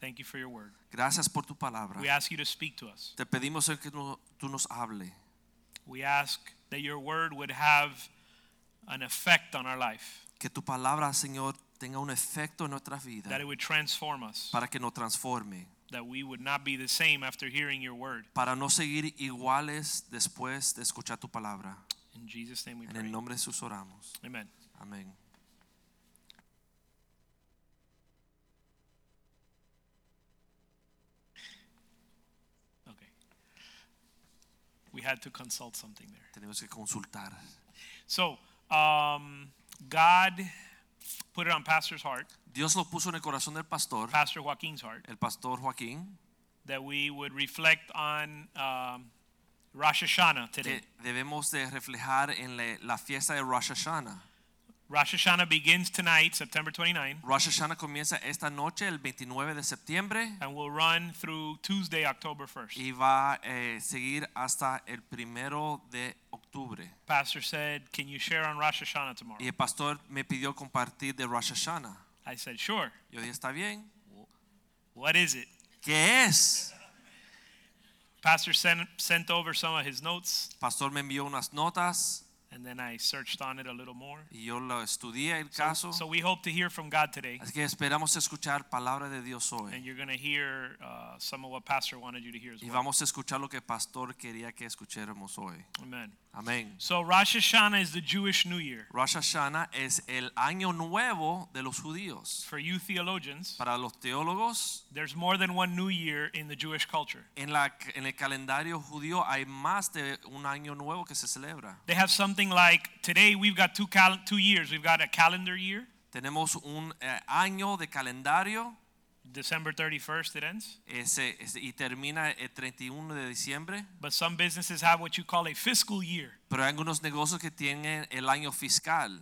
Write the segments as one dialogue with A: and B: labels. A: Thank you for your word.
B: Gracias por tu palabra.
A: We ask you to speak to us.
B: Te pedimos el que no- tú nos hable.
A: We ask that your word would have an effect on our life,
B: Que tu palabra, Señor, tenga un efecto en nuestras
A: that it
B: vidas
A: would transform us,
B: para que nos transforme,
A: that we would not be the same after hearing your word.
B: para no seguir iguales después de escuchar tu palabra.
A: In Jesus' name we
B: En
A: pray.
B: el nombre de Jesús oramos.
A: Amen.
B: Amén.
A: Okay. We had to consult something there.
B: Tenemos que consultar.
A: So, um, God put it on Pastor's heart,
B: Dios lo puso en el corazón del pastor,
A: Pastor Joaquin's heart,
B: el pastor Joaquín,
A: that we would reflect on um, Rosh Hashanah today.
B: que debemos de reflejar en la, la fiesta de Rosh Hashanah.
A: Rosh Hashanah begins tonight, September 29,
B: Rosh Hashanah comienza esta noche, el 29 de septiembre,
A: and will run through Tuesday, October 1st.
B: y va a seguir hasta el primero de octubre.
A: Pastor said, Can you share on Rosh Hashanah tomorrow?
B: Y el pastor me pidió compartir de Rosh Hashanah.
A: I said, Sure.
B: Yo dije, está bien.
A: What is it?
B: ¿Qué es?
A: Pastor sent, sent over some of his notes,
B: Pastor me envió unas notas
A: and then I searched on it a little more.
B: y yo lo estudié el
A: So,
B: caso.
A: so we hope to hear from God today,
B: Así que esperamos escuchar palabra de Dios hoy.
A: and you're going to hear uh, some of what Pastor wanted you to hear as
B: Y
A: well.
B: vamos a escuchar lo que el pastor quería que escucháramos hoy.
A: Amen.
B: Amén.
A: So Rosh Hashanah is the Jewish New Year.
B: Rosh Hashanah es el año nuevo de los judíos.
A: For you theologians,
B: Para los teólogos,
A: there's more than one New Year in the Jewish culture.
B: En, la- en el calendario judío hay más de un año nuevo que se celebra.
A: They have something like today we've got two cal- two years. We've got a calendar year,
B: Tenemos un eh, año de calendario
A: December 31st it ends.
B: ese- ese- y termina eh, el 31 de diciembre,
A: But some businesses have what you call a fiscal year.
B: pero hay algunos negocios que tienen el año fiscal.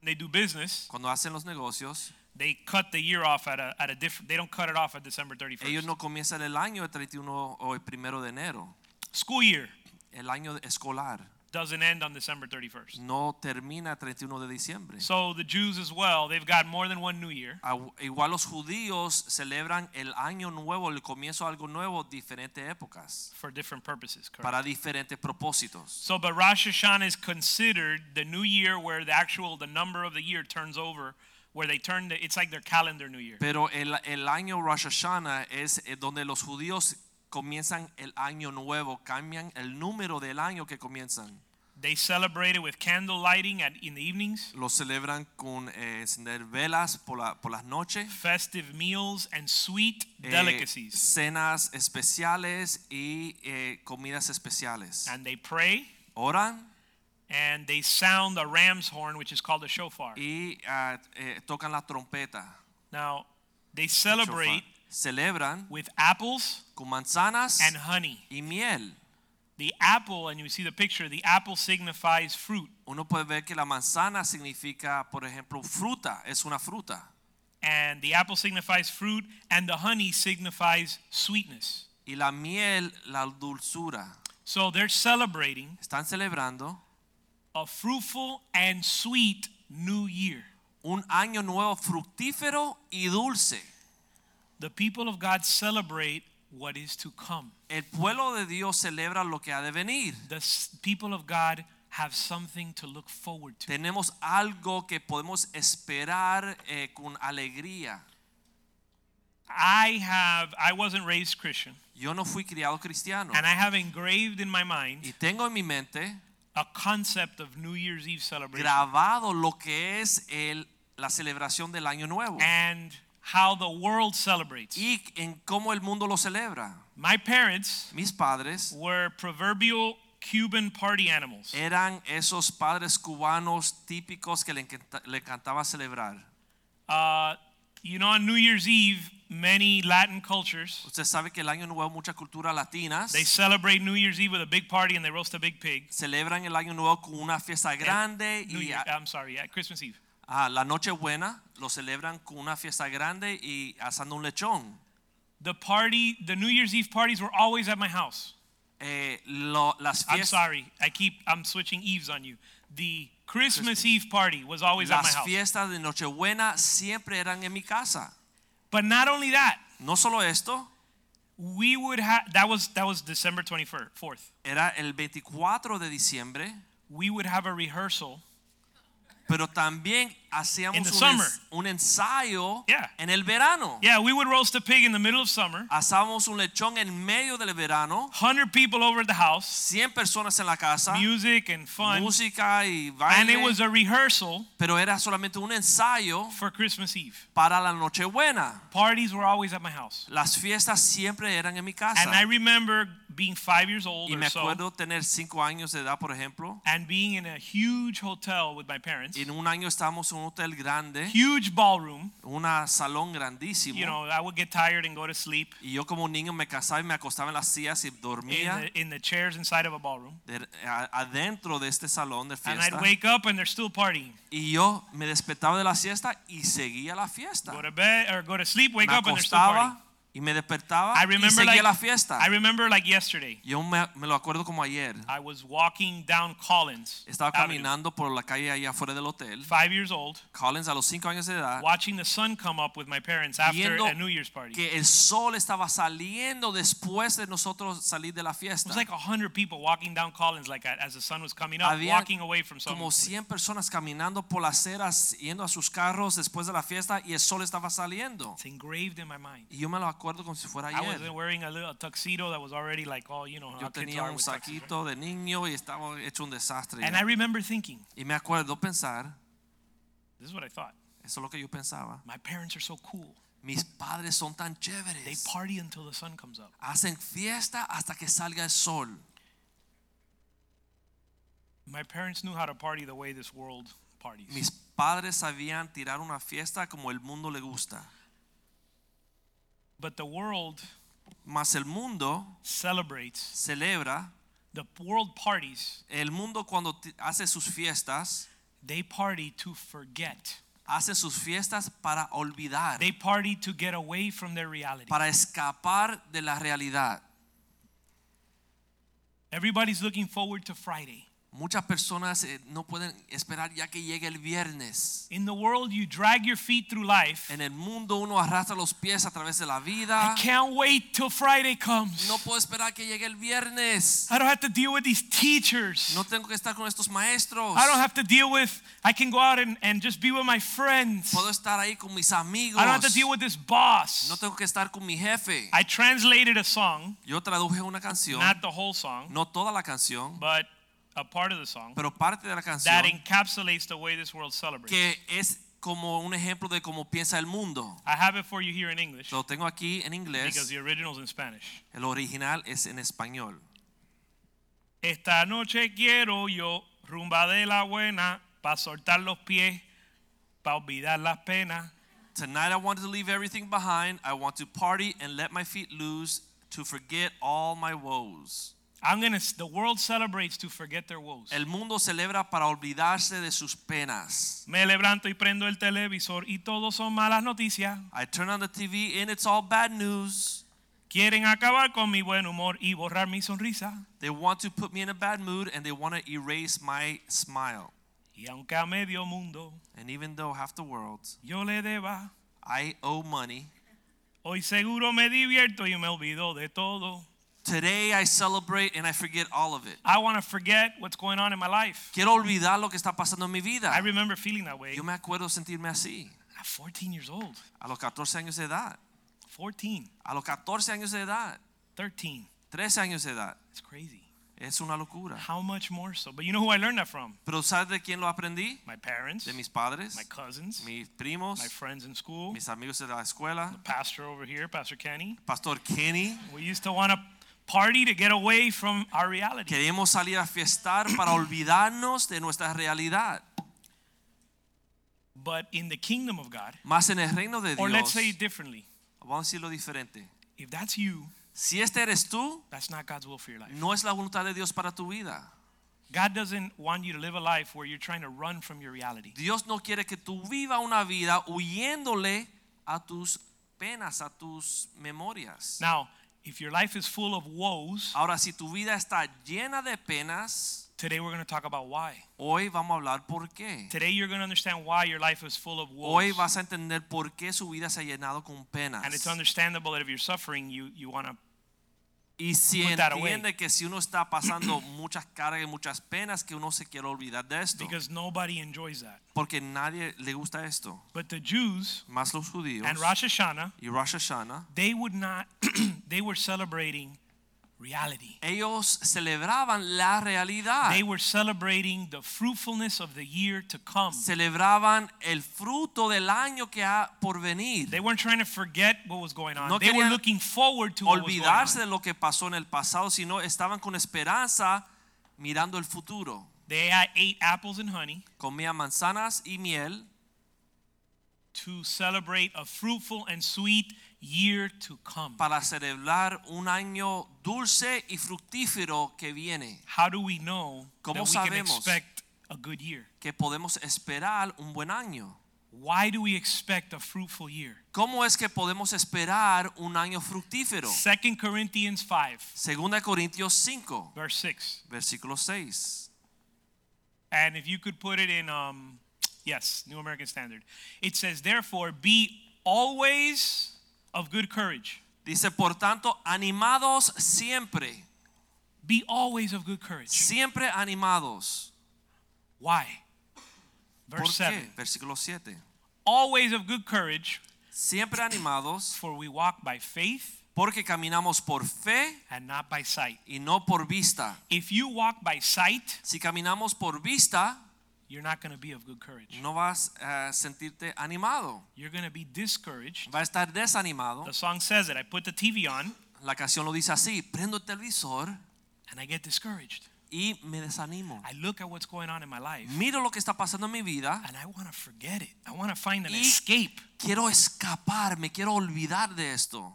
A: When they do business,
B: Cuando hacen los negocios,
A: they cut the year off at a at a different. They don't cut it off at December 31st.
B: ellos no comienzan el año el 31 o el 1 de enero.
A: School year
B: El año escolar
A: doesn't end on December 31st.
B: no termina el 31 de diciembre.
A: So the Jews as well, they've got more than one New Year.
B: Au- Igual los judíos celebran el año nuevo, el comienzo de algo nuevo, diferentes épocas.
A: For different purposes, correct?
B: para diferentes propósitos.
A: So, but Rosh Hashanah is considered the new year where the actual the number of the year turns over, where they turn the, it's like their calendar new year.
B: Pero el, el año Rosh Hashanah es eh, donde los judíos comienzan el año nuevo, cambian el número del año que comienzan.
A: They celebrate it with candle lighting at, in the evenings,
B: Lo celebran con eh, encender velas por, la- por las noches,
A: festive meals, and sweet
B: eh,
A: delicacies.
B: cenas especiales y eh, comidas especiales.
A: And they pray
B: Oran
A: and they sound a ram's horn, which is called a shofar.
B: y ah, eh, tocan la trompeta.
A: Now, they celebrate
B: Celebran
A: with apples
B: con manzanas
A: and honey.
B: y miel.
A: The apple, and you see the picture, the apple signifies fruit,
B: Uno puede ver que la manzana significa, por ejemplo, fruta, es una fruta.
A: and the apple signifies fruit, and the honey signifies sweetness.
B: Y la miel, la dulzura.
A: So they're celebrating
B: Están celebrando
A: a fruitful and sweet new year.
B: un año nuevo fructífero y dulce.
A: The people of God celebrate what is to come.
B: El pueblo de Dios celebra lo que ha de venir.
A: The s- people of God have something to look forward to.
B: Tenemos algo que podemos esperar eh, con alegría.
A: I have I wasn't raised Christian,
B: Yo no fui criado cristiano
A: and I have engraved in my mind
B: y tengo en mi mente
A: a concept of New Year's Eve celebration
B: grabado lo que es el- la celebración del año nuevo
A: and how the world celebrates.
B: y en cómo el mundo lo celebra.
A: My parents
B: Mis padres
A: were proverbial Cuban party animals.
B: eran esos padres cubanos típicos que le, encanta- le encantaba celebrar.
A: Uh, you know, on New Year's Eve, many Latin cultures,
B: Usted sabe que el año nuevo muchas culturas latinas
A: they celebrate New Year's Eve with a big party and they roast a big pig.
B: celebran el año nuevo con una fiesta grande
A: Eh, New
B: y
A: Year,
B: a-
A: I'm sorry, at Christmas Eve.
B: a la noche buena lo celebran con una fiesta grande y asando un lechón.
A: The party, the New Year's Eve parties were always at my house.
B: Eh, lo- las
A: I'm
B: fiestas
A: sorry, I keep I'm switching eves on you. The Christmas, Eve party was always at my
B: Las
A: house.
B: fiestas de Nochebuena siempre eran en mi casa.
A: But not only that,
B: No solo esto,
A: we would have that was that was December 24th.
B: era el 24 de diciembre,
A: We would have a rehearsal.
B: pero también
A: In the
B: hacíamos un,
A: summer.
B: ens- un ensayo
A: Yeah.
B: en el verano.
A: Yeah, we would roast a pig in the middle of summer.
B: Asábamos un lechón en medio del verano,
A: 100 people over at the house,
B: 100 personas en la casa,
A: music and fun.
B: música y
A: And
B: baile,
A: it was a rehearsal
B: pero era solamente un ensayo
A: for Christmas Eve.
B: para la Nochebuena.
A: Parties were always at my house.
B: Las fiestas siempre eran en mi
A: And I
B: casa.
A: remember being 5 years old
B: Y
A: or
B: me
A: so
B: acuerdo tener 5 años de edad, por ejemplo,
A: and being in a huge hotel with my parents.
B: y en un año estábamos en un hotel grande.
A: Huge ballroom.
B: un salón grandísimo
A: You know, I would get tired and go to sleep
B: y yo como niño me casaba y me acostaba en las sillas y
A: in
B: dormía
A: the, in the chairs inside of a ballroom.
B: de- a- adentro de este salón de
A: And
B: fiesta
A: I'd wake up and they're still partying.
B: y yo me despertaba de la siesta y seguía la fiesta
A: Go to bed or go to sleep, wake
B: me
A: up and they're still partying.
B: acostaba y me despertaba
A: I
B: y
A: remember
B: seguía
A: like
B: la fiesta
A: I remember like yesterday.
B: yo me, me lo acuerdo como ayer
A: I was walking down Collins.
B: estaba
A: Avenue,
B: caminando por la calle allá afuera del hotel
A: Five years old,
B: Collins a los 5 años de edad
A: watching the sun come up with my parents after
B: Viendo
A: a New Year's party. It
B: que el sol estaba saliendo después de nosotros salir de la fiesta
A: was like a hundred people walking down Collins like that as the sun was coming up,
B: Había
A: walking away from
B: como
A: someone.
B: 100 personas caminando por las aceras, yendo a sus carros después de la fiesta y el sol estaba saliendo.
A: It's engraved in my mind.
B: Y yo me lo acuerdo como si fuera
A: I was
B: ayer.
A: wearing a little tuxedo that was already like, oh, you know, how
B: Yo
A: kids
B: tenía
A: are
B: un
A: with tuxes, right?
B: saquito de niño y estaba hecho un desastre.
A: And
B: ya.
A: I remember thinking,
B: Y me acuerdo pensar,
A: this is what I thought.
B: eso es lo que yo pensaba,
A: My parents are so cool.
B: mis padres son tan
A: They
B: chéveres.
A: party until the sun comes up.
B: Hacen fiesta hasta que salga el sol.
A: My parents knew how to party the way this world parties.
B: Mis padres sabían tirar una fiesta como el mundo le gusta.
A: But the world
B: Mas el mundo
A: celebrates,
B: celebra,
A: the world parties,
B: el mundo cuando ti- hace sus fiestas,
A: they party to forget.
B: hacen sus fiestas para olvidar,
A: They party to get away from their reality.
B: para escapar de la realidad.
A: Everybody's looking forward to Friday.
B: Muchas personas eh, no pueden esperar ya que llegue el viernes.
A: In the world, you drag your feet through life.
B: En el mundo uno arrastra los pies a través de la vida.
A: I can't wait till Friday comes.
B: ah, No puedo esperar que llegue el viernes.
A: I don't have to deal with these teachers.
B: No tengo que estar con estos maestros.
A: I don't have to deal with, I can go out and, and just be with my friends.
B: Puedo estar ahí con mis amigos.
A: I don't have to deal with this
B: No
A: boss.
B: tengo que estar con mi jefe.
A: I translated a song,
B: Yo traduje una canción,
A: not the whole song,
B: no toda la canción,
A: but a part of the song
B: pero parte de la
A: that
B: canción
A: encapsulates the way this world celebrates.
B: que es como un ejemplo de cómo piensa el mundo.
A: I have it for you here in English
B: Lo tengo aquí en inglés.
A: because the original's in Spanish.
B: El original es en español.
A: Esta noche quiero yo rumba de la buena pa soltar los pies, pa olvidar las penas.
B: Tonight I want to leave everything behind. I want to party and let my feet loose to forget all my woes.
A: I'm gonna. The world celebrates to forget their woes.
B: El mundo celebra para olvidarse de sus penas.
A: Me levanto y prendo el televisor y todo son malas noticias.
B: I turn on the TV and it's all bad news.
A: Quieren acabar con mi buen humor y borrar mi sonrisa.
B: They want to put me in a bad mood and they want to erase my smile.
A: Y aunque a medio mundo
B: And even though half the world
A: yo le deba,
B: I owe money,
A: hoy seguro me divierto y me olvido de todo.
B: today I celebrate and I forget all of it.
A: I want to forget what's going on in my life.
B: Quiero olvidar lo que está pasando en mi vida.
A: I remember feeling that way
B: Yo me acuerdo sentirme así
A: at 14 years old.
B: a los 14 años de edad.
A: 14,
B: A los 14 años de edad,
A: 13.
B: 13 años de edad,
A: It's crazy.
B: es una locura.
A: How much more so? But you know who I learned that from?
B: Pero ¿sabes de quién lo aprendí?
A: My parents,
B: De mis padres,
A: my cousins,
B: mis primos,
A: my friends in school,
B: mis amigos de la escuela,
A: pastor over here, Pastor Kenny.
B: Pastor Kenny.
A: We used to want to party to get away from our reality.
B: Queremos salir a fiestar para olvidarnos de nuestra realidad.
A: But in the kingdom of God,
B: Más en el reino de
A: or let's
B: Dios,
A: say it differently,
B: Vamos a decirlo diferente.
A: If that's you,
B: Si este eres tú,
A: that's not God's will for your life.
B: no es la voluntad de Dios para tu vida.
A: God doesn't want you to live a life where you're trying to run from your reality.
B: Dios no quiere que tú viva una vida huyéndole a tus penas, a tus memorias.
A: Now, if your life is full of woes,
B: Ahora, si tu vida está llena de penas,
A: today we're going to talk about why.
B: hoy vamos a hablar por qué.
A: Today you're going to understand why your life is full of
B: Hoy
A: woes.
B: vas a entender por qué su vida se ha llenado con penas.
A: And it's understandable that if you're suffering, you, you want to.
B: Y si
A: Put that
B: entiende que si uno está pasando muchas cargas y muchas penas, que uno se quiere olvidar de esto.
A: Because nobody enjoys that.
B: Porque nadie le gusta esto.
A: But the Jews
B: Más los judíos
A: and Rosh Hashanah,
B: y Rosh Hashanah.
A: they would not, they were celebrating reality.
B: Ellos celebraban la realidad.
A: They were celebrating the fruitfulness of the year to come.
B: celebraban el fruto del año que ha por venir.
A: They weren't trying to forget what was going on.
B: No
A: they were
B: querían
A: looking forward to what was going on.
B: Olvidarse de lo que pasó en el pasado, sino estaban con esperanza mirando el futuro.
A: They ate apples and honey
B: Comían manzanas y miel
A: to celebrate a fruitful and sweet year to come.
B: para celebrar un año dulce y fructífero que viene,
A: How do we know that
B: ¿Cómo
A: we can
B: sabemos?
A: expect a good year?
B: que podemos esperar un buen año.
A: Why do we expect a fruitful year?
B: ¿Cómo es que podemos esperar un año fructífero?
A: Second Corinthians 5,
B: 2 Corintios 5,
A: verse 6.
B: versículo 6.
A: And if you could put it in, um, yes, New American Standard. It says, therefore, be always of good courage.
B: Dice, por tanto, animados siempre,
A: Be always of good courage.
B: siempre animados.
A: Why?
B: ¿Por
A: Verse
B: qué?
A: 7.
B: Versículo 7.
A: Always of good courage,
B: Siempre animados
A: for we walk by faith
B: porque caminamos por fe
A: and not by sight.
B: y no por vista.
A: If you walk by sight,
B: Si caminamos por vista,
A: you're not going to be of good courage.
B: no vas a sentirte animado.
A: You're going to be discouraged.
B: Va a estar desanimado.
A: The song says it. I put the TV on
B: La canción lo dice así, prendo el televisor
A: and I get discouraged.
B: y me desanimo.
A: I look at what's going on in my life
B: Miro lo que está pasando en mi vida.
A: and I want to forget it. I want to find an
B: Y-
A: escape.
B: Quiero escapar, me quiero olvidar de esto.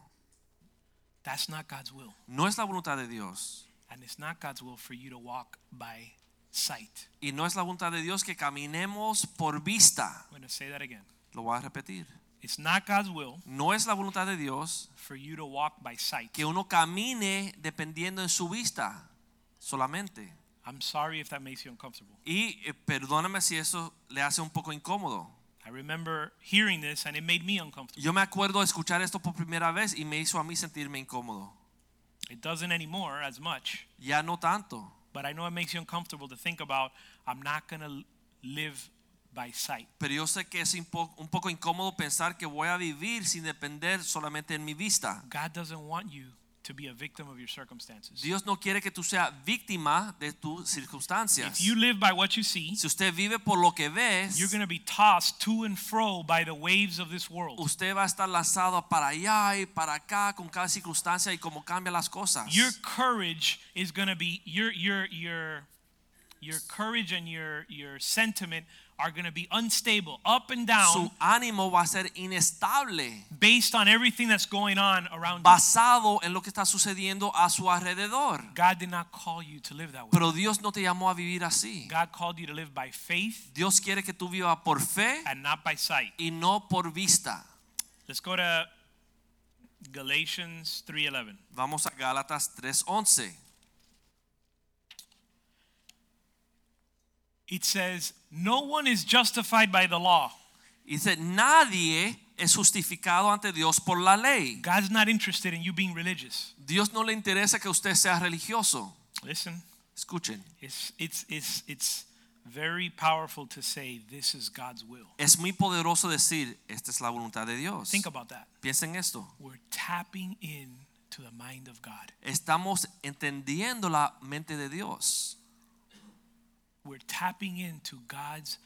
A: That's not God's will.
B: No es la voluntad de Dios.
A: And it's not God's will for you to walk by sight.
B: Y no es la voluntad de Dios que caminemos por vista.
A: I'm going to say that again.
B: Lo voy a repetir.
A: It's not God's will
B: No es la voluntad de Dios
A: for you to walk by sight.
B: que uno camine dependiendo en su vista solamente.
A: I'm sorry if that makes you uncomfortable.
B: Y eh, perdóname si eso le hace un poco incómodo.
A: I remember hearing this and it made me uncomfortable.
B: Yo me acuerdo escuchar esto por primera vez y me hizo a mí sentirme incómodo.
A: It doesn't anymore as much,
B: Ya no tanto,
A: but I know it makes you uncomfortable to think about I'm not going to live by sight.
B: pero yo sé que es un po- un poco incómodo pensar que voy a vivir sin depender solamente en mi vista.
A: God doesn't want you to be a victim of your circumstances.
B: Dios no quiere que tú seas víctima de tus
A: If
B: circunstancias.
A: you live by what you see,
B: Si usted vive por lo que ves,
A: you're going to be tossed to and fro by the waves of this world.
B: usted va a estar lanzado para allá y para acá con cada circunstancia y cómo cambian las cosas.
A: Your courage is going to be your your your your courage and your your sentiment are going to be unstable, up and down
B: su ánimo va a ser inestable
A: based on everything that's going on around you.
B: basado en lo que está sucediendo a su alrededor.
A: God did not call you to live that way.
B: Pero Dios no te llamó a vivir así.
A: God called you to live by faith
B: Dios quiere que tú vivas por fe
A: and not by sight.
B: y no por vista.
A: Let's go to Galatians 3:11.
B: Vamos a Gálatas 3:11.
A: It says, "No one is justified by the law."
B: Dice, nadie es justificado ante Dios por la ley.
A: God's not interested in you being religious.
B: Dios no le interesa que usted sea religioso.
A: Listen,
B: Escuchen,
A: it's it's it's it's very powerful to say this is God's will.
B: es muy poderoso decir, esta es la voluntad de Dios.
A: Think about that.
B: Piensen esto.
A: We're tapping in to the mind of God.
B: Estamos entendiendo la mente de Dios.
A: We're tapping into God's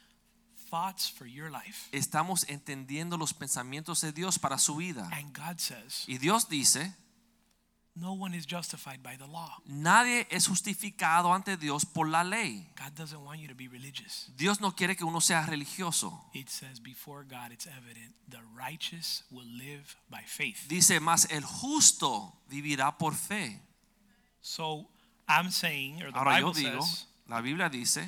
A: thoughts for your life.
B: estamos entendiendo los pensamientos de Dios para su vida.
A: And God says,
B: Y Dios dice,
A: No one is justified by the law.
B: Nadie es justificado ante Dios por la ley.
A: God doesn't want you to be religious.
B: Dios no quiere que uno sea religioso.
A: It says before God it's evident the righteous will live by faith.
B: Dice, mas el justo vivirá por fe.
A: So I'm saying, or the
B: Ahora yo
A: Bible
B: digo,
A: says,
B: la Biblia dice,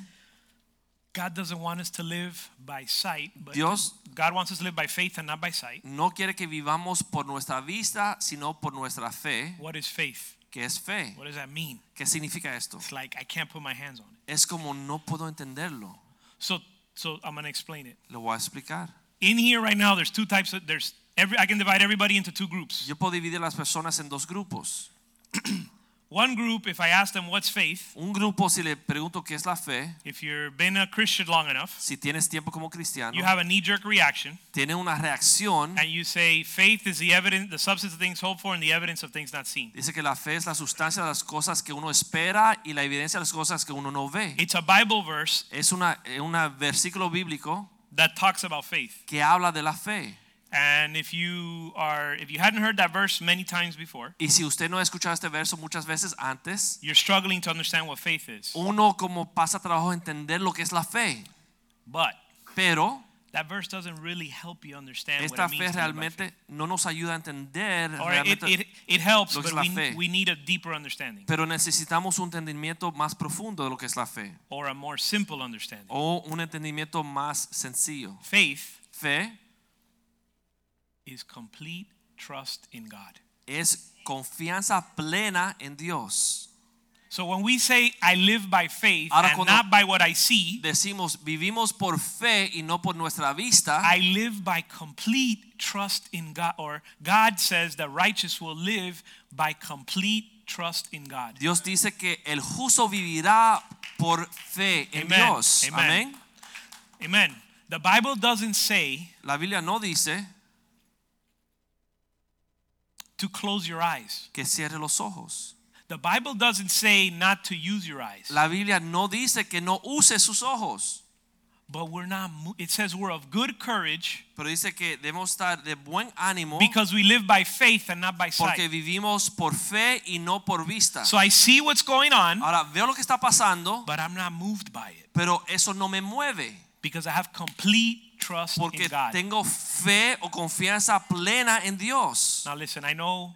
A: God doesn't want us to live by sight, but
B: Dios-
A: God wants us to live by faith and not by sight.
B: no quiere que vivamos por nuestra vista, sino por nuestra fe,
A: What is faith?
B: que es fe.
A: What does that mean?
B: ¿Qué significa esto?
A: It's like I can't put my hands on it.
B: Es como no puedo entenderlo.
A: So, so I'm gonna explain it.
B: Lo voy a explicar.
A: In here right now, there's two types of there's every I can divide everybody into two groups.
B: Yo puedo dividir a las personas en dos grupos.
A: One group, if I ask them what's faith,
B: Un grupo, si le pregunto qué es la fe,
A: if you've been a Christian long enough,
B: si tienes tiempo como cristiano,
A: you have a knee-jerk reaction
B: tiene una reacción.
A: and you say faith is the evidence, the substance of things hoped for and the evidence of things not seen.
B: Dice que la fe es la sustancia de las cosas que uno espera y la evidencia de las cosas que uno no ve.
A: It's a Bible verse
B: Es un una versículo bíblico
A: that talks about faith.
B: que habla de la fe.
A: And if you are if you hadn't heard that verse many times before,
B: Y si usted no ha escuchado este verso muchas veces antes,
A: you're struggling to understand what faith is.
B: uno como pasa trabajo entender lo que es la fe.
A: But
B: Pero
A: that verse doesn't really help you understand what
B: esta
A: it
B: fe
A: means. to live by faith.
B: realmente no nos ayuda a entender.
A: All right, it,
B: realmente-
A: it, it helps,
B: lo que
A: but
B: es la
A: we,
B: fe.
A: we need a deeper understanding
B: pero necesitamos un entendimiento más profundo de lo que es la fe.
A: or a more simple understanding.
B: O un entendimiento más sencillo.
A: Faith
B: Fe
A: is complete trust in God.
B: es confianza plena en Dios.
A: So when we say I live by faith
B: Ahora
A: and
B: cuando-
A: not by what I see,
B: decimos vivimos por fe y no por nuestra vista,
A: I live by complete trust in God. Or God says the righteous will live by complete trust in God.
B: Dios dice que el justo vivirá por fe en
A: Amen.
B: Dios.
A: Amen.
B: Amén.
A: Amen. The Bible doesn't say
B: La Biblia no dice
A: to close your eyes.
B: que cierre los ojos.
A: The Bible doesn't say not to use your eyes.
B: La Biblia no dice que no use sus ojos,
A: But we're not. mo- It says we're of good courage.
B: pero dice que debemos estar de buen ánimo
A: Because we live by faith and not by
B: porque
A: sight.
B: vivimos por fe y no por vista.
A: So I see what's going on,
B: Ahora veo lo que está pasando,
A: but I'm not moved by it
B: pero eso no me mueve
A: because I have complete trust in
B: porque
A: God.
B: tengo fe o confianza plena en Dios.
A: Now listen, I know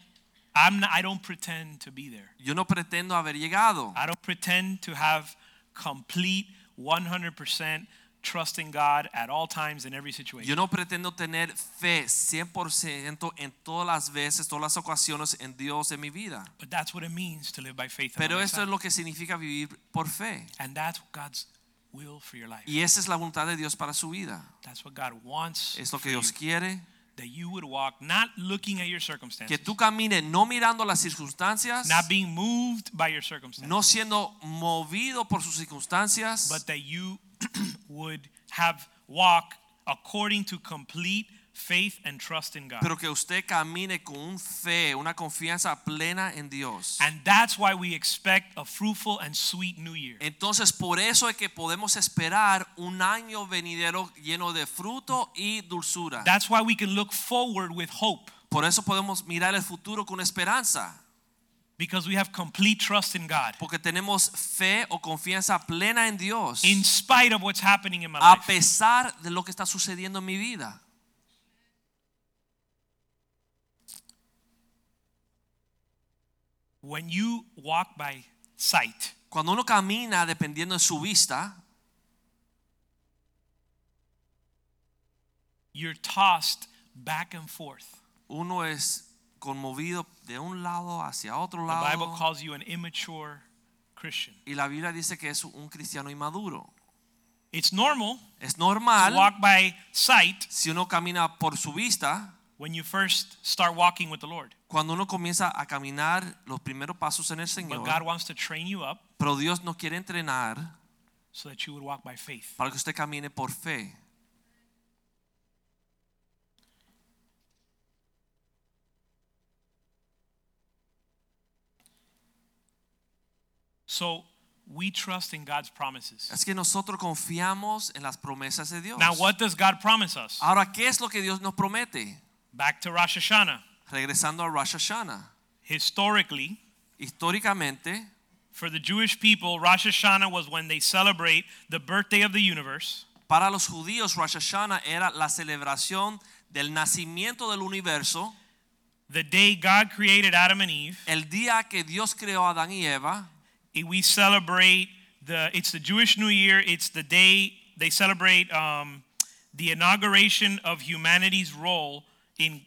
A: I'm not, I don't pretend to be there.
B: Yo no pretendo haber llegado.
A: I don't pretend to have complete 100% trust in God at all times in every
B: Yo
A: situation.
B: no pretendo tener fe 100% en todas las veces, todas las ocasiones en Dios en mi vida.
A: But that's what it means to live by faith. And, not
B: Pero
A: by
B: esto es
A: sight.
B: lo que significa vivir por fe.
A: and that's God's will for your life.
B: Y esa es la voluntad de Dios para su vida.
A: That's what God wants
B: Es lo
A: for
B: que
A: you,
B: Dios quiere.
A: that you would walk not looking at your
B: Que
A: circumstances,
B: tú camines no mirando las circunstancias,
A: not being moved by your circumstances.
B: no siendo movido por sus circunstancias,
A: but that you would have walk according to complete faith and trust in God.
B: pero que usted camine con un fe, una confianza plena en Dios.
A: and that's why we expect a fruitful and sweet new year.
B: Entonces por eso es que podemos esperar un año venidero lleno de fruto y dulzura.
A: That's why we can look forward with hope
B: Por eso podemos mirar el futuro con esperanza,
A: because we have complete trust in God
B: porque tenemos fe o confianza plena en Dios,
A: in spite of what's happening in my
B: a
A: life.
B: pesar de lo que está sucediendo en mi vida.
A: When you walk by sight,
B: Cuando uno camina dependiendo de su vista,
A: you're tossed back and forth.
B: uno es conmovido de un lado hacia otro
A: The Bible
B: lado.
A: calls you an immature Christian.
B: Y la Biblia dice que es un cristiano inmaduro.
A: It's normal
B: Es
A: to
B: normal
A: walk by sight
B: si uno camina por su vista,
A: when you first start walking with the Lord.
B: cuando uno comienza a caminar los primeros pasos en el
A: But God
B: Señor,
A: wants to train you up
B: pero Dios nos quiere entrenar
A: so that you would walk by faith.
B: para que usted camine por fe.
A: So we trust in God's promises.
B: Es que nosotros confiamos en las promesas de Dios. Ah.
A: Now, what does God promise us?
B: Ahora, ¿qué es lo que Dios nos promete?
A: Back to Rosh Hashanah.
B: Regresando a Rosh Hashanah.
A: Historically,
B: Históricamente,
A: for the Jewish people, Rosh Hashanah was when they celebrate the birthday of the universe,
B: para los judíos Rosh Hashanah era la celebración del nacimiento del universo,
A: the day God created Adam and Eve.
B: el día que Dios creó a Adán y Eva.
A: Eh, We celebrate the it's the Jewish New Year. It's the day they celebrate um, the inauguration of humanity's role in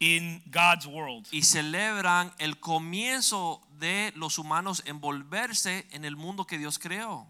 A: in God's world.
B: y celebran el comienzo de los humanos envolverse en el mundo que Dios creó.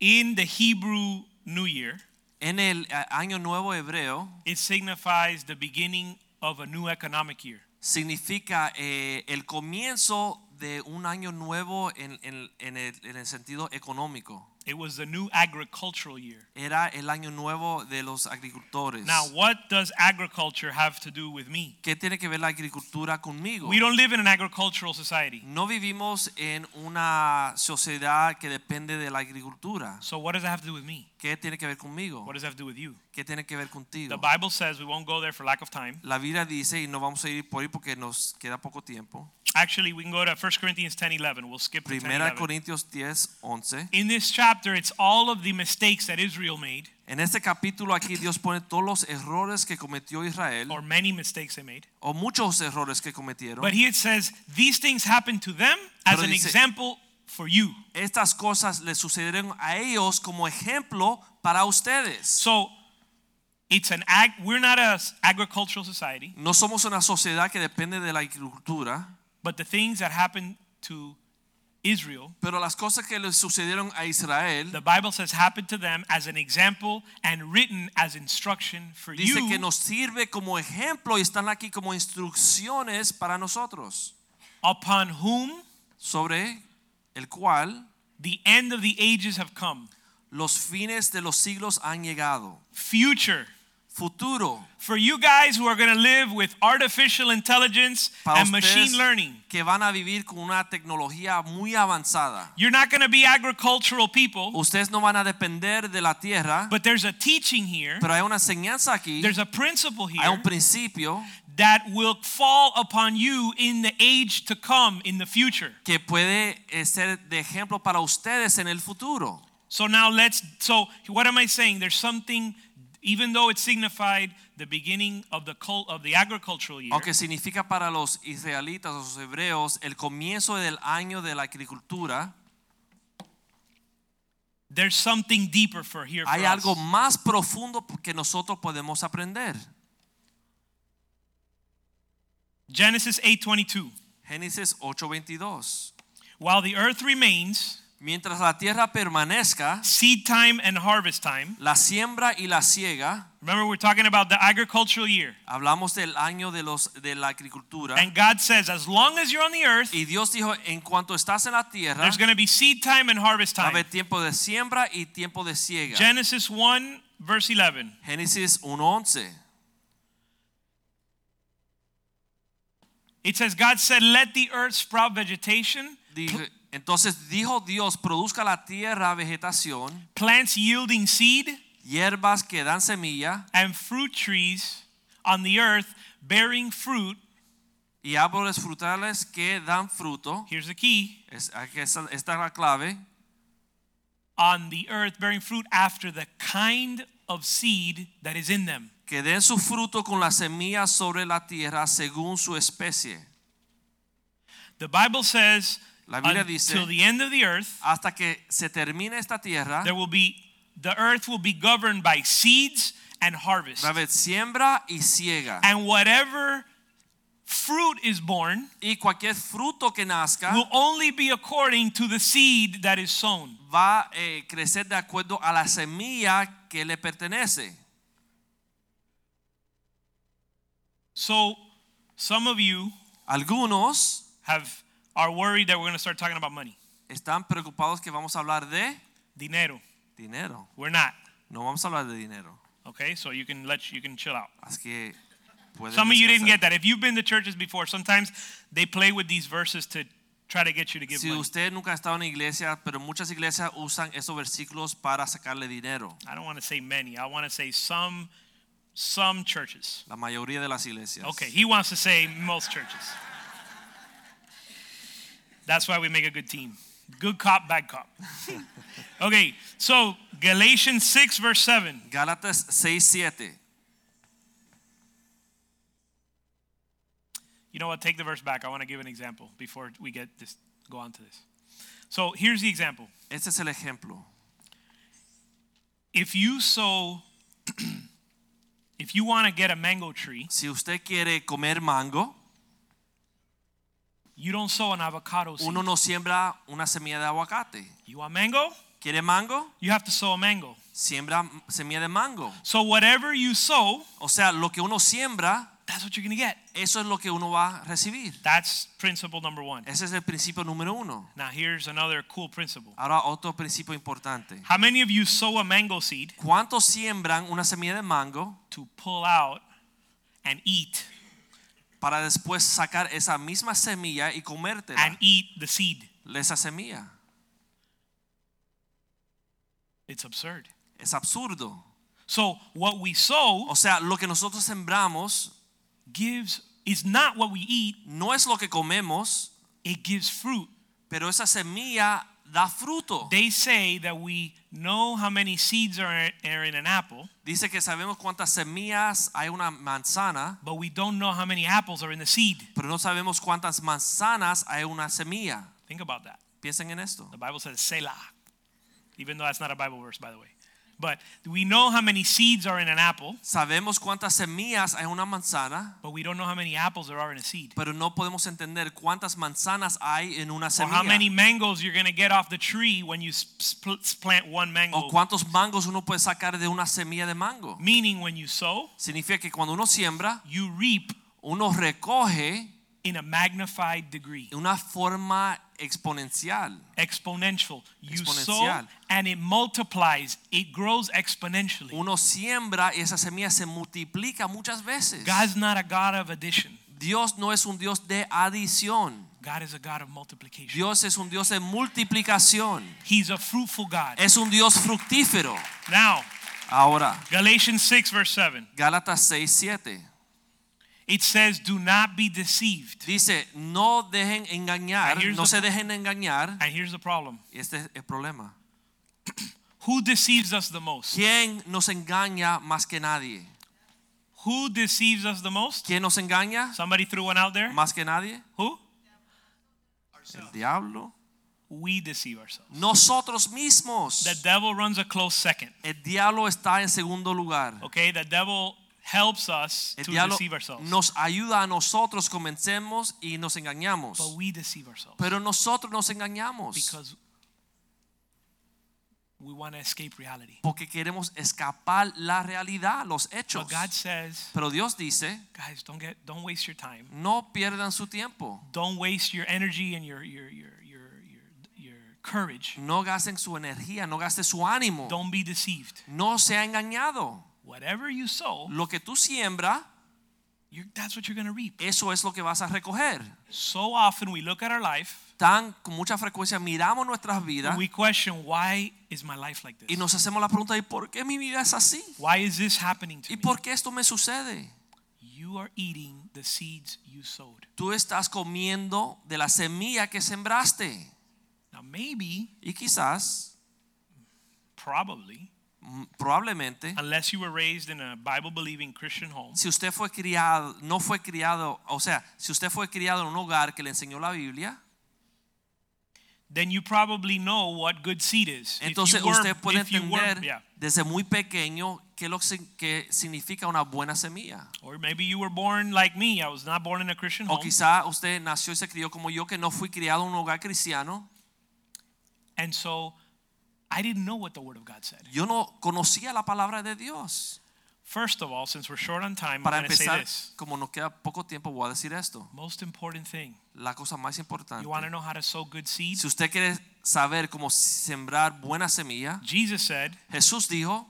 A: In the Hebrew New Year,
B: En el eh, año nuevo hebreo
A: it signifies the beginning of a new economic year.
B: significa eh, el comienzo de un año nuevo en, en- en el, en el sentido económico.
A: It was the new agricultural year.
B: Era el año nuevo de los agricultores.
A: Now, what does agriculture have to do with me?
B: ¿Qué tiene que ver la agricultura conmigo?
A: We don't live in an agricultural society.
B: No vivimos en una sociedad que depende de la agricultura.
A: So, what does that have to do with me?
B: ¿Qué tiene que ver conmigo?
A: What does that have to do with you?
B: ¿Qué tiene que ver
A: The
B: contigo?
A: Bible says we won't go there for lack of time.
B: La Biblia dice, y no vamos a ir por ahí porque nos queda poco tiempo.
A: Actually, we can go to 1 Corinthians 10 11. We'll skip to 10,
B: Primera
A: 11.
B: Corintios 10, 11.
A: In this chapter, it's all of the mistakes that Israel made,
B: En este capítulo aquí Dios pone todos los errores que cometió Israel,
A: or many mistakes they made.
B: o muchos errores que cometieron.
A: But here it says, These things happened to them as
B: Pero
A: an
B: dice-
A: example for you.
B: Estas cosas le sucedieron a ellos como ejemplo para ustedes.
A: So, it's an ag- we're not a s- agricultural society,
B: No somos una sociedad que depende de la agricultura,
A: but the things that happened to Israel
B: pero las cosas que le sucedieron a Israel
A: The Bible says happened to them as an example and written as instruction for
B: dice
A: you
B: que nos sirve como ejemplo y están aquí como instrucciones para nosotros,
A: upon whom
B: sobre el cual
A: the end of the ages have come.
B: Los fines de los siglos han llegado.
A: Future.
B: Futuro
A: For you guys who are going to live with artificial intelligence
B: para
A: and
B: ustedes
A: machine learning,
B: que van a vivir con una tecnología muy avanzada.
A: you're not going to be agricultural people,
B: Ustedes no van a depender de la tierra,
A: but there's a teaching here,
B: pero hay una enseñanza aquí,
A: there's a principle
B: hay un
A: here
B: principio
A: that will fall upon you in the age to come, in the future.
B: que puede eh, ser de ejemplo para ustedes en el futuro.
A: So now let's. So what am I saying? There's something, even though it signified the beginning of the cult of the agricultural year.
B: Aunque significa para los israelitas, los hebreos, el comienzo del año de la agricultura,
A: There's something deeper for here. For
B: hay
A: us.
B: algo más profundo que nosotros podemos aprender.
A: Genesis 8:22.
B: Génesis 8:22.
A: While the earth remains,
B: Mientras la tierra permanezca,
A: seed time and harvest time.
B: la siembra y la siega,
A: Remember, we're talking about the agricultural year.
B: hablamos del año de los de la agricultura.
A: And God says, as long as you're on the earth,
B: Y Dios dijo, en cuanto estás en la tierra,
A: there's going to be seed time and harvest
B: va a
A: time.
B: haber tiempo de siembra y tiempo de siega.
A: Genesis 1 verse 11.
B: Génesis 1:11.
A: It says, God said, "Let the earth sprout vegetation."
B: Dijo- entonces dijo Dios, produzca la tierra vegetación,
A: plants yielding seed
B: hierbas que dan semilla
A: and fruit trees on the earth bearing fruit.
B: y árboles frutales que dan fruto.
A: Here's the key
B: Es, aquí está- esta es la clave.
A: on the earth bearing fruit after the kind of seed that is in them.
B: Que den su fruto con la semilla sobre la tierra según su especie.
A: The Bible says
B: La Biblia dice- "Ah,
A: until the end of the earth,
B: hasta que se termine esta tierra,
A: there will be the earth will be governed by seeds and harvest.
B: va a haber siembra y ciega.
A: And whatever fruit is born
B: Y cualquier fruto que nazca
A: will only be according to the seed that is sown.
B: va a crecer de acuerdo a la semilla que le pertenece.
A: So some of you
B: Algunos
A: have are worried that we're going to start talking about money.
B: están preocupados que vamos a hablar de
A: Dinero.
B: dinero.
A: We're not.
B: No vamos a hablar de dinero.
A: Okay, so you can let you can chill out.
B: Así que pueden
A: Some of you didn't
B: descansar.
A: get that. If you've been to churches before, sometimes they play with these verses to try to get you to give
B: Si
A: money.
B: usted nunca ha estado en iglesia, pero muchas iglesias usan esos versículos para sacarle dinero.
A: I don't want to say many. I want to say some some churches.
B: La mayoría de las iglesias.
A: Okay, he wants to say most churches. That's why we make a good team. Good cop, bad cop. okay, so Galatians 6 verse 7.
B: Gálatas 6, 7.
A: You know what? Take the verse back. I want to give an example before we get this go on to this. So, here's the example.
B: Este es el ejemplo.
A: If you sow if you want to get a mango tree,
B: Si usted quiere comer mango,
A: you don't sow an avocado seed.
B: uno no siembra una semilla de aguacate.
A: You want mango?
B: ¿Quiere mango?
A: You have to sow a mango.
B: Siembra semilla de mango.
A: So whatever you sow,
B: O sea, lo que uno siembra,
A: that's what you're going to get.
B: eso es lo que uno va a recibir.
A: That's principle number 1.
B: Ese es el principio número uno.
A: Now here's another cool principle.
B: Ahora otro principio importante.
A: How many of you sow a mango seed
B: ¿Cuántos siembran una semilla de mango
A: to pull out and eat
B: para después sacar esa misma semilla y
A: and
B: comértela?
A: eat the seed?
B: Esa semilla.
A: It's absurd.
B: Es absurdo.
A: So what we sow
B: O sea, lo que nosotros sembramos
A: gives is not what we eat,
B: no es lo que comemos,
A: it gives fruit.
B: pero esa semilla da fruto.
A: They say that we know how many seeds are are in an apple,
B: Dice que sabemos cuántas semillas hay una manzana,
A: but we don't know how many apples are in the seed.
B: pero no sabemos cuántas manzanas hay una semilla.
A: Think about that.
B: Piensen en esto.
A: The Bible says Selah, even though that's not a Bible verse, by the way. But we know how many seeds are in an apple,
B: Sabemos cuántas semillas hay una manzana,
A: but we don't know how many apples there are in a seed.
B: pero no podemos entender cuántas manzanas hay en una
A: Or how many
B: semilla.
A: mangoes you're going to get off the tree when you spl- spl- plant one
B: O
A: mango.
B: cuántos mangos uno puede sacar de una semilla de mango.
A: Meaning, when you sow,
B: Significa que cuando uno siembra,
A: you reap
B: uno recoge
A: in a magnified degree,
B: de una forma exponencial.
A: exponential. You sow
B: Exponencial.
A: and it multiplies, it grows exponentially.
B: Uno siembra y esa semilla se multiplica muchas veces.
A: God's not a God of addition,
B: Dios no es un Dios de adición.
A: God is a God of multiplication.
B: Dios es un Dios de multiplicación.
A: He's a fruitful God.
B: Es un Dios fructífero.
A: Now,
B: Ahora,
A: Galatians 6, verse 7.
B: Gálatas 6, 7
A: It says, Do not be deceived.
B: dice, no dejen engañar,
A: And here's
B: no
A: the-
B: se dejen engañar.
A: And here's the problem
B: Este es el problema.
A: who deceives us the most?
B: ¿Quién nos engaña más que nadie?
A: Who deceives us the most?
B: ¿Quién nos engaña
A: Somebody threw one out there.
B: más que nadie?
A: Who?
B: El diablo.
A: We deceive ourselves.
B: Nosotros mismos.
A: The devil runs a close second.
B: El diablo está en segundo lugar.
A: Okay, the devil helps us
B: El
A: to
B: diablo
A: deceive ourselves.
B: nos ayuda a nosotros convencemos y nos
A: But
B: engañamos.
A: we deceive ourselves
B: Pero nosotros nos engañamos
A: because we want to escape reality.
B: porque queremos escapar la realidad, los hechos.
A: But God says,
B: Pero Dios dice,
A: guys, don't get don't waste your time.
B: no pierdan su tiempo,
A: Don't waste your energy and your your your your your, your courage.
B: no gasten su energía, no gasten su ánimo,
A: Don't be deceived.
B: no sea engañado.
A: Whatever you sow,
B: Lo que tú siembra,
A: you're, that's what you're going to reap.
B: eso es lo que vas a recoger.
A: So often we look at our life
B: Tan con mucha frecuencia miramos nuestras vidas
A: and we question, why is my life like
B: y
A: this?
B: nos hacemos la pregunta, ¿y por qué mi vida es así?
A: Why is this happening to
B: ¿Y
A: me?
B: por qué esto me sucede?
A: You are eating the seeds you sowed.
B: tú estás comiendo de la semilla que sembraste.
A: Now, maybe,
B: Y quizás,
A: probably,
B: mm, probablemente,
A: unless you were raised in a Bible believing Christian home,
B: si usted fue criado, no fue criado, o sea, si usted fue criado en un hogar que le enseñó la Biblia,
A: then you probably know what good seed is. If you
B: entonces
A: were-
B: usted puede
A: if you were-
B: entender
A: yeah.
B: desde muy pequeño qué lo sin- que significa una buena semilla.
A: Or maybe you were born like me. I was not born in a Christian
B: O
A: home.
B: quizá usted nació y se crió como yo, que no fui criado en un hogar cristiano.
A: And so I didn't know what the Word of God said.
B: Yo no conocía la palabra de Dios.
A: First of all, since we're short on time,
B: Para
A: I'm going to say
B: empezar,
A: this.
B: como nos queda poco tiempo, voy a decir esto.
A: Most important thing.
B: La cosa más importante.
A: You want to know how to sow good seed?
B: Si usted quiere saber cómo sembrar buena semilla,
A: Jesus said,
B: Jesús dijo,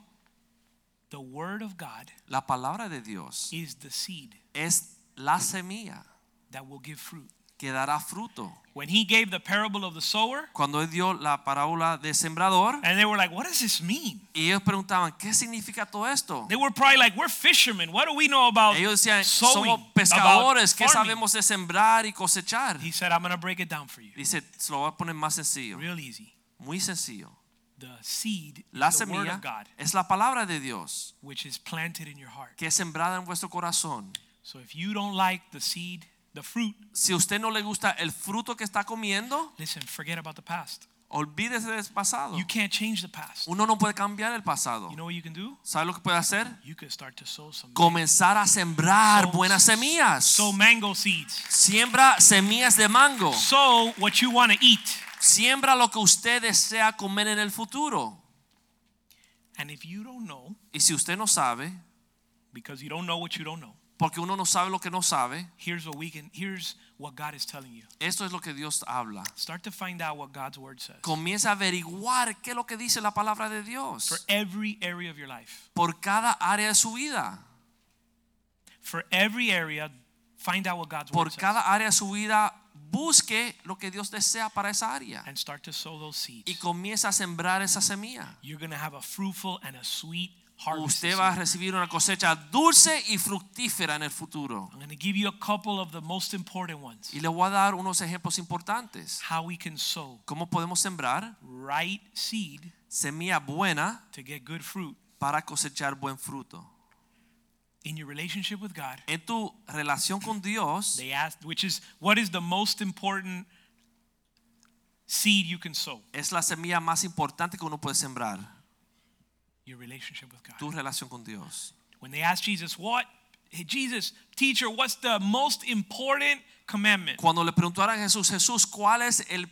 A: The Word of God
B: la palabra de Dios
A: is the seed
B: es la semilla
A: that will give fruit.
B: que dará fruto.
A: When he gave the parable of the sower,
B: Cuando él dio la parábola del sembrador,
A: and they were like, what does this mean?
B: y ellos preguntaban, ¿qué significa todo esto?
A: They were probably like, we're fishermen. What do we know about
B: Ellos decían,
A: sowing,
B: somos
A: about
B: pescadores, ¿qué
A: farming?"
B: sabemos de sembrar y cosechar?
A: He said, I'm going to break it down for you.
B: Dice, se lo voy a poner más sencillo,
A: Real easy.
B: muy sencillo.
A: The seed,
B: La
A: is the word
B: semilla
A: of God,
B: es la palabra de Dios
A: which is planted in your heart.
B: que es sembrada en vuestro corazón.
A: So if you don't like the seed, the fruit,
B: Si usted no le gusta el fruto que está comiendo,
A: listen, forget about the past.
B: olvídese del pasado.
A: You can't change the past.
B: Uno no puede cambiar el pasado.
A: You know what you can do?
B: ¿Sabe lo que puede hacer?
A: You can start to sow some.
B: Comenzar a sembrar
A: Sow-
B: buenas semillas.
A: Sow mango seeds.
B: Siembra semillas de mango.
A: Sow what you want to eat.
B: Siembra lo que usted desea comer en el futuro.
A: And if you don't know,
B: Y si usted no sabe,
A: because you don't know what you don't know,
B: porque uno no sabe lo que no sabe,
A: here's what we can. Here's what God is telling you.
B: esto es lo que Dios habla.
A: Start to find out what God's word says
B: Comienza a averiguar qué es lo que dice la palabra de
A: for
B: Dios
A: every area of your life.
B: por cada área de su vida.
A: For every area, find out what God's
B: Por
A: word says
B: cada área de su vida, busque lo que Dios desea para esa área
A: and start to sow those seeds.
B: y comienza a sembrar esa semilla.
A: You're going to have a fruitful and a sweet harvest. this
B: Usted va a
A: year.
B: recibir una cosecha dulce y fructífera en el futuro.
A: I'm going to give you a couple of the most important ones.
B: Y le voy a dar unos ejemplos importantes.
A: How we can sow
B: ¿Cómo podemos sembrar
A: right seed
B: semilla buena
A: to get good fruit
B: para cosechar buen fruto?
A: in your relationship with God.
B: En tu relación con Dios,
A: They asked, which is what is the most important seed you can sow?
B: es la semilla más importante que uno puede sembrar.
A: Your relationship with
B: Tu
A: God.
B: relación con Dios.
A: When they asked Jesus, what? Hey, Jesus, teacher, what's the most important commandment?
B: Cuando le preguntaron a Jesús, Jesús, ¿cuál es el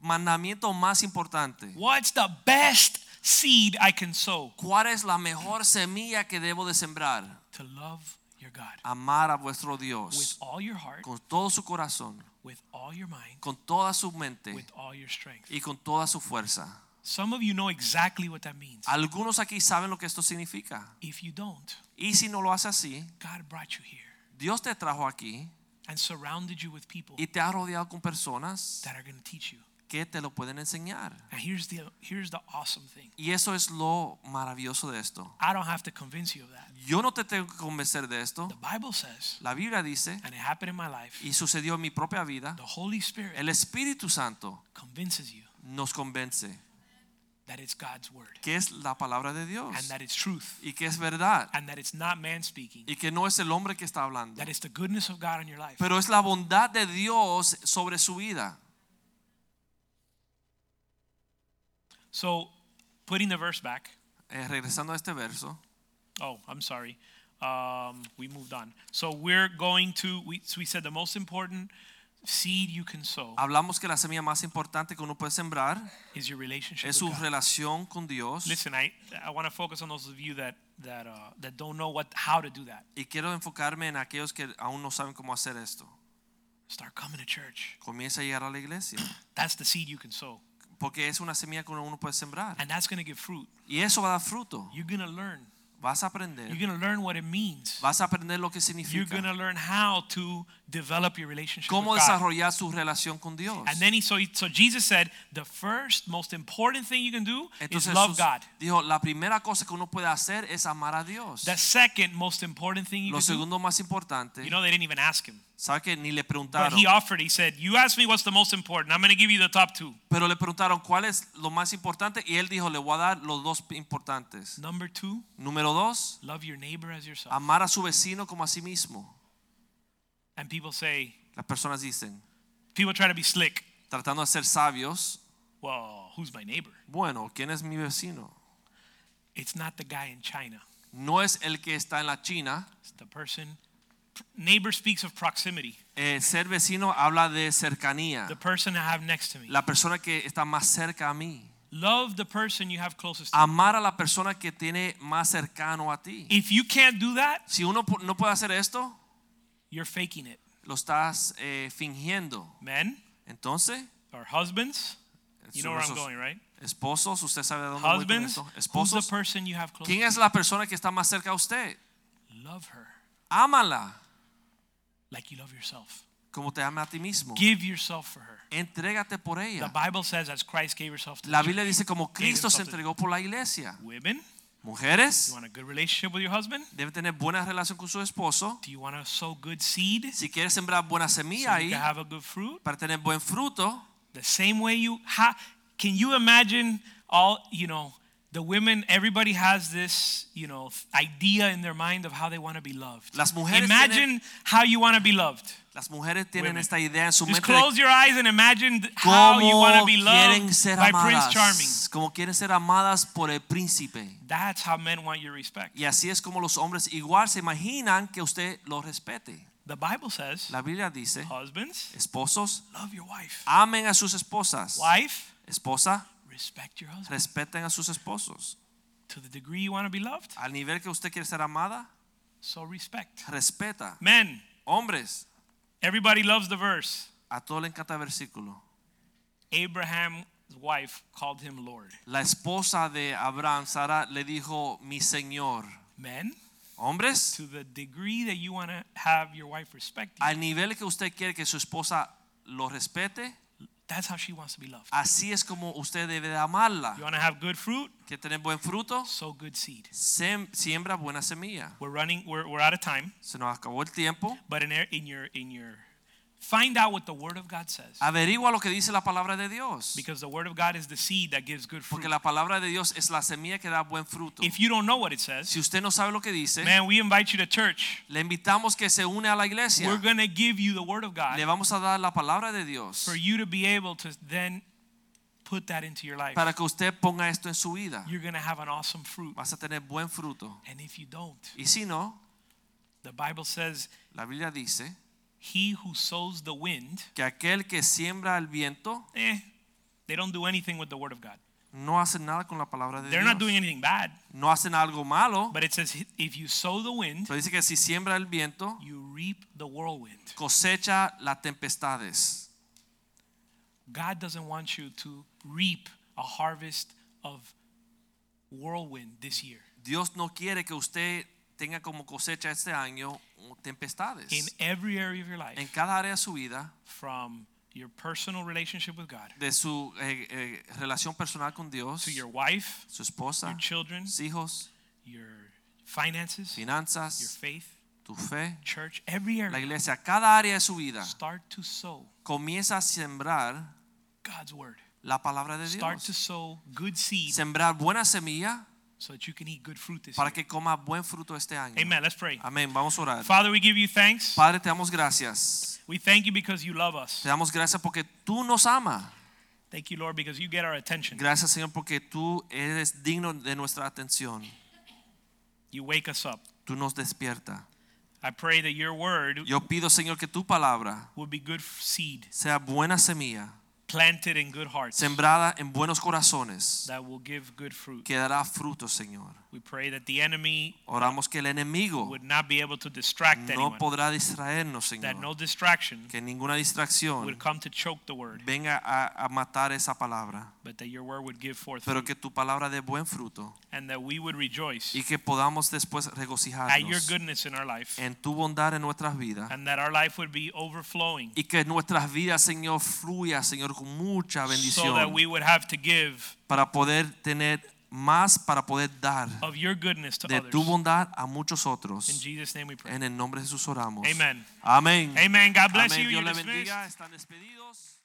B: mandamiento más importante?
A: What's the best seed I can sow?
B: ¿Cuál es la mejor semilla que debo de sembrar?
A: To love your God
B: Amar a vuestro
A: with
B: Dios
A: all your heart,
B: con todo su corazón,
A: with all your mind,
B: con toda su
A: with
B: mente
A: all your strength.
B: y con toda su fuerza.
A: Some of you know exactly what that means.
B: Algunos aquí saben lo que esto significa.
A: If you don't,
B: Y si no lo hace así,
A: God brought you here
B: Dios te trajo aquí
A: and surrounded you with people
B: y te ha rodeado con personas
A: that are going to teach you.
B: que te lo pueden enseñar.
A: And here's the here's the awesome thing.
B: Y eso es lo maravilloso de esto.
A: I don't have to convince you of that.
B: Yo no te tengo que convencer de esto.
A: The Bible says,
B: La Biblia dice,
A: and it happened in my life,
B: y sucedió en mi propia vida,
A: the Holy Spirit
B: el Espíritu Santo
A: convinces you
B: nos convence
A: that it's God's word
B: que es la palabra de Dios
A: and that it's truth
B: y que es verdad
A: and that it's not man speaking,
B: y que no es el hombre que está hablando,
A: that it's the goodness of God in your life.
B: pero es la bondad de Dios sobre su vida.
A: So, putting the verse back.
B: Eh, regresando a este verso,
A: Oh, I'm sorry. Um, we moved on. So we're going to. We, so we said the most important seed you can sow
B: hablamos que la semilla más importante que uno puede sembrar
A: is your relationship.
B: es
A: with
B: su
A: God.
B: relación con Dios
A: Listen, I I want to focus on those of you that that uh, that don't know what how to do that.
B: y quiero enfocarme en aquellos que aún no saben cómo hacer esto.
A: Start coming to church.
B: Comienza a llegar a la iglesia
A: That's the seed you can sow,
B: porque es una semilla que uno- uno puede sembrar
A: and that's going to give fruit.
B: y eso va a dar fruto.
A: You're going to learn.
B: Vas
A: You're
B: a aprender,
A: going to learn what it means.
B: vas a aprender lo que
A: You're
B: significa.
A: going to learn how to develop your relationship
B: cómo
A: with God.
B: desarrollar su relación con Dios.
A: And then he so he- so Jesus said the first most important thing you can do
B: Entonces
A: is love
B: Jesús
A: God.
B: dijo, la primera cosa que uno puede hacer es amar a Dios.
A: The second most important thing you
B: Lo
A: can do
B: segundo más importante,
A: You know, they didn't even ask him.
B: sabe que ni le
A: But
B: preguntaron,
A: he offered, he said, You asked me what's the most important. I'm going to give you the top two.
B: pero le preguntaron cuál es lo más importante y él dijo, le voy a dar los dos importantes.
A: Number two,
B: Número dos,
A: love your neighbor as yourself.
B: amar a su vecino como a sí mismo.
A: and people say,
B: Las personas dicen,
A: People try to be slick.
B: tratando de ser sabios,
A: Well, who's my neighbor?
B: bueno, ¿quién es mi vecino?
A: It's not the guy in China,
B: No es el que está en la China.
A: it's the person. Neighbor speaks of proximity,
B: Eh, ser vecino habla de cercanía.
A: the person I have next to me.
B: La persona que está más cerca a mí.
A: Love the person you have closest to.
B: amar a la persona que tiene más cercano a ti.
A: If you can't do that,
B: Si uno pu- no puede hacer esto,
A: you're faking it.
B: lo estás eh, fingiendo.
A: Men
B: Entonces,
A: or husbands, you know where I'm
B: sus
A: going, right?
B: esposos, usted sabe de dónde voy con
A: Husbands,
B: esto.
A: who's the
B: Esposos,
A: person you have closest
B: ¿quién es la persona que está más cerca a usted?
A: Love her
B: Ámala
A: like you love yourself.
B: como te ama a ti mismo.
A: Give yourself for her.
B: Entrégate por
A: The
B: ella.
A: Bible says, as Christ gave herself to
B: La
A: the
B: Biblia
A: church.
B: dice como Cristo se
A: yourself to-
B: entregó por la iglesia.
A: Women, you
B: Mujeres
A: want a good relationship with your husband?
B: deben tener buena relación con su esposo.
A: Do you want to sow good seed so
B: Si quieres sembrar buena
A: you
B: semilla ahí
A: can have a good fruit?
B: para tener buen fruto,
A: The same way you ha- can you imagine all you know the women everybody has this you know th- idea in their mind of how they want to be loved.
B: Las mujeres
A: imagine how you want to be loved.
B: las mujeres tienen
A: Women.
B: esta idea en su
A: Just
B: mente de
A: close your eyes and imagine th- how you want
B: cómo
A: to be
B: quieren
A: loved
B: ser
A: by Prince Charming.
B: amadas, cómo quieren ser amadas por el príncipe.
A: That's how men want your respect.
B: Y así es como los hombres igual se imaginan que usted los respete.
A: The Bible says,
B: La Biblia dice,
A: husbands,
B: esposos,
A: love your wife.
B: amen a sus esposas.
A: Wife,
B: Esposa,
A: respect your husband.
B: respeten a sus esposos.
A: To the degree you want to be loved,
B: Al nivel que usted quiere ser amada,
A: so respect.
B: respeta.
A: Men,
B: Hombres,
A: everybody loves the verse.
B: a todo le encanta el versículo.
A: Abraham's wife called him Lord.
B: La esposa de Abraham, Sara, le dijo, mi Señor.
A: Men,
B: Hombres,
A: to the degree that you want to have your wife respect you,
B: al nivel que usted quiere que su esposa lo respete,
A: that's how she wants to be loved.
B: así es como usted debe de amarla.
A: You want to have good fruit,
B: Que tener buen fruto,
A: sow good seed.
B: sem- siembra buena semilla.
A: We're running, we're, we're out of time,
B: Se nos acabó el tiempo.
A: but in, in your, in your, find out what the Word of God says.
B: Averigua lo que dice la palabra de Dios.
A: Because the Word of God is the seed that gives good fruit.
B: Porque la palabra de Dios es la semilla que da buen fruto.
A: If you don't know what it
B: Si
A: says,
B: usted no sabe lo que dice,
A: man, we invite you to church.
B: le invitamos que se une a la
A: We're
B: iglesia.
A: going to give you the Word of
B: Le
A: God
B: vamos a dar la palabra de Dios
A: for you to be able to then put that into your life.
B: para que usted ponga esto en su vida.
A: You're going to have an awesome fruit.
B: Vas a tener buen fruto.
A: And if you don't,
B: Y si no,
A: the Bible says,
B: la Biblia dice
A: He who sows the wind,
B: que aquel que siembra el viento
A: eh, they don't do anything with the Word of God.
B: no hace nada con la palabra de
A: They're not doing
B: Dios.
A: anything bad,
B: No hacen algo malo,
A: but it says, If you sow the wind,
B: pero dice que si siembra el viento,
A: you reap the whirlwind.
B: cosecha las tempestades.
A: God doesn't want you to reap a harvest of whirlwind this year.
B: Dios no quiere que usted tenga como cosecha este año uh, tempestades.
A: in every area of your
B: en
A: life
B: cada área de su vida,
A: from your personal relationship with God
B: de su eh, eh, relación personal con Dios,
A: to your wife,
B: su esposa,
A: your children,
B: sus hijos,
A: your finances, your
B: finanzas,
A: faith,
B: tu fe,
A: church, every
B: la
A: area.
B: iglesia, cada área de su vida,
A: Start to sow
B: comienza a sembrar
A: God's word.
B: la palabra de
A: Start to
B: Dios.
A: sow good seed
B: Sembrar buena semilla
A: so that you can eat good fruit this
B: para
A: year.
B: que coma buen fruto este año.
A: Amen. Let's pray.
B: Amén. Vamos a orar.
A: Father, we give you thanks.
B: Padre, te damos gracias.
A: We thank you because you love us.
B: Te damos gracias porque tú nos amas.
A: Thank you, Lord, because you get our attention.
B: Gracias, Señor, porque tú eres digno de nuestra atención.
A: You wake us up.
B: Tú nos despiertas.
A: I pray that your word
B: Yo pido, Señor, que tu palabra
A: will be good seed
B: sea buena semilla,
A: planted in good hearts
B: sembrada en buenos corazones,
A: that will give good fruit.
B: que dará fruto, Señor.
A: We pray that the enemy
B: Oramos que el enemigo
A: would not be able to distract
B: Oh. no
A: anyone.
B: podrá distraernos,
A: That no
B: Señor.
A: distraction
B: Que ninguna
A: would
B: distracción
A: come to choke the word,
B: venga a, a matar esa palabra,
A: but that your word would give forth
B: pero
A: fruit,
B: que tu palabra dé buen fruto
A: and that we would rejoice
B: y que podamos después
A: at your
B: regocijarnos
A: goodness in our life,
B: en tu bondad en nuestras vidas
A: and that our life would be overflowing,
B: y que nuestras vidas, Señor, fluya, Señor, con mucha
A: so that
B: bendición.
A: we would have to give
B: para poder tener más, para poder dar
A: of your goodness to
B: de
A: others.
B: tu bondad a muchos
A: In
B: otros.
A: Jesus' name we pray.
B: En el nombre de Jesús oramos.
A: Amen.
B: Amén.
A: Amen. God bless
B: Amén.
A: you.
B: Dios
A: You're
B: les
A: dismissed.
B: bendiga. Están despedidos.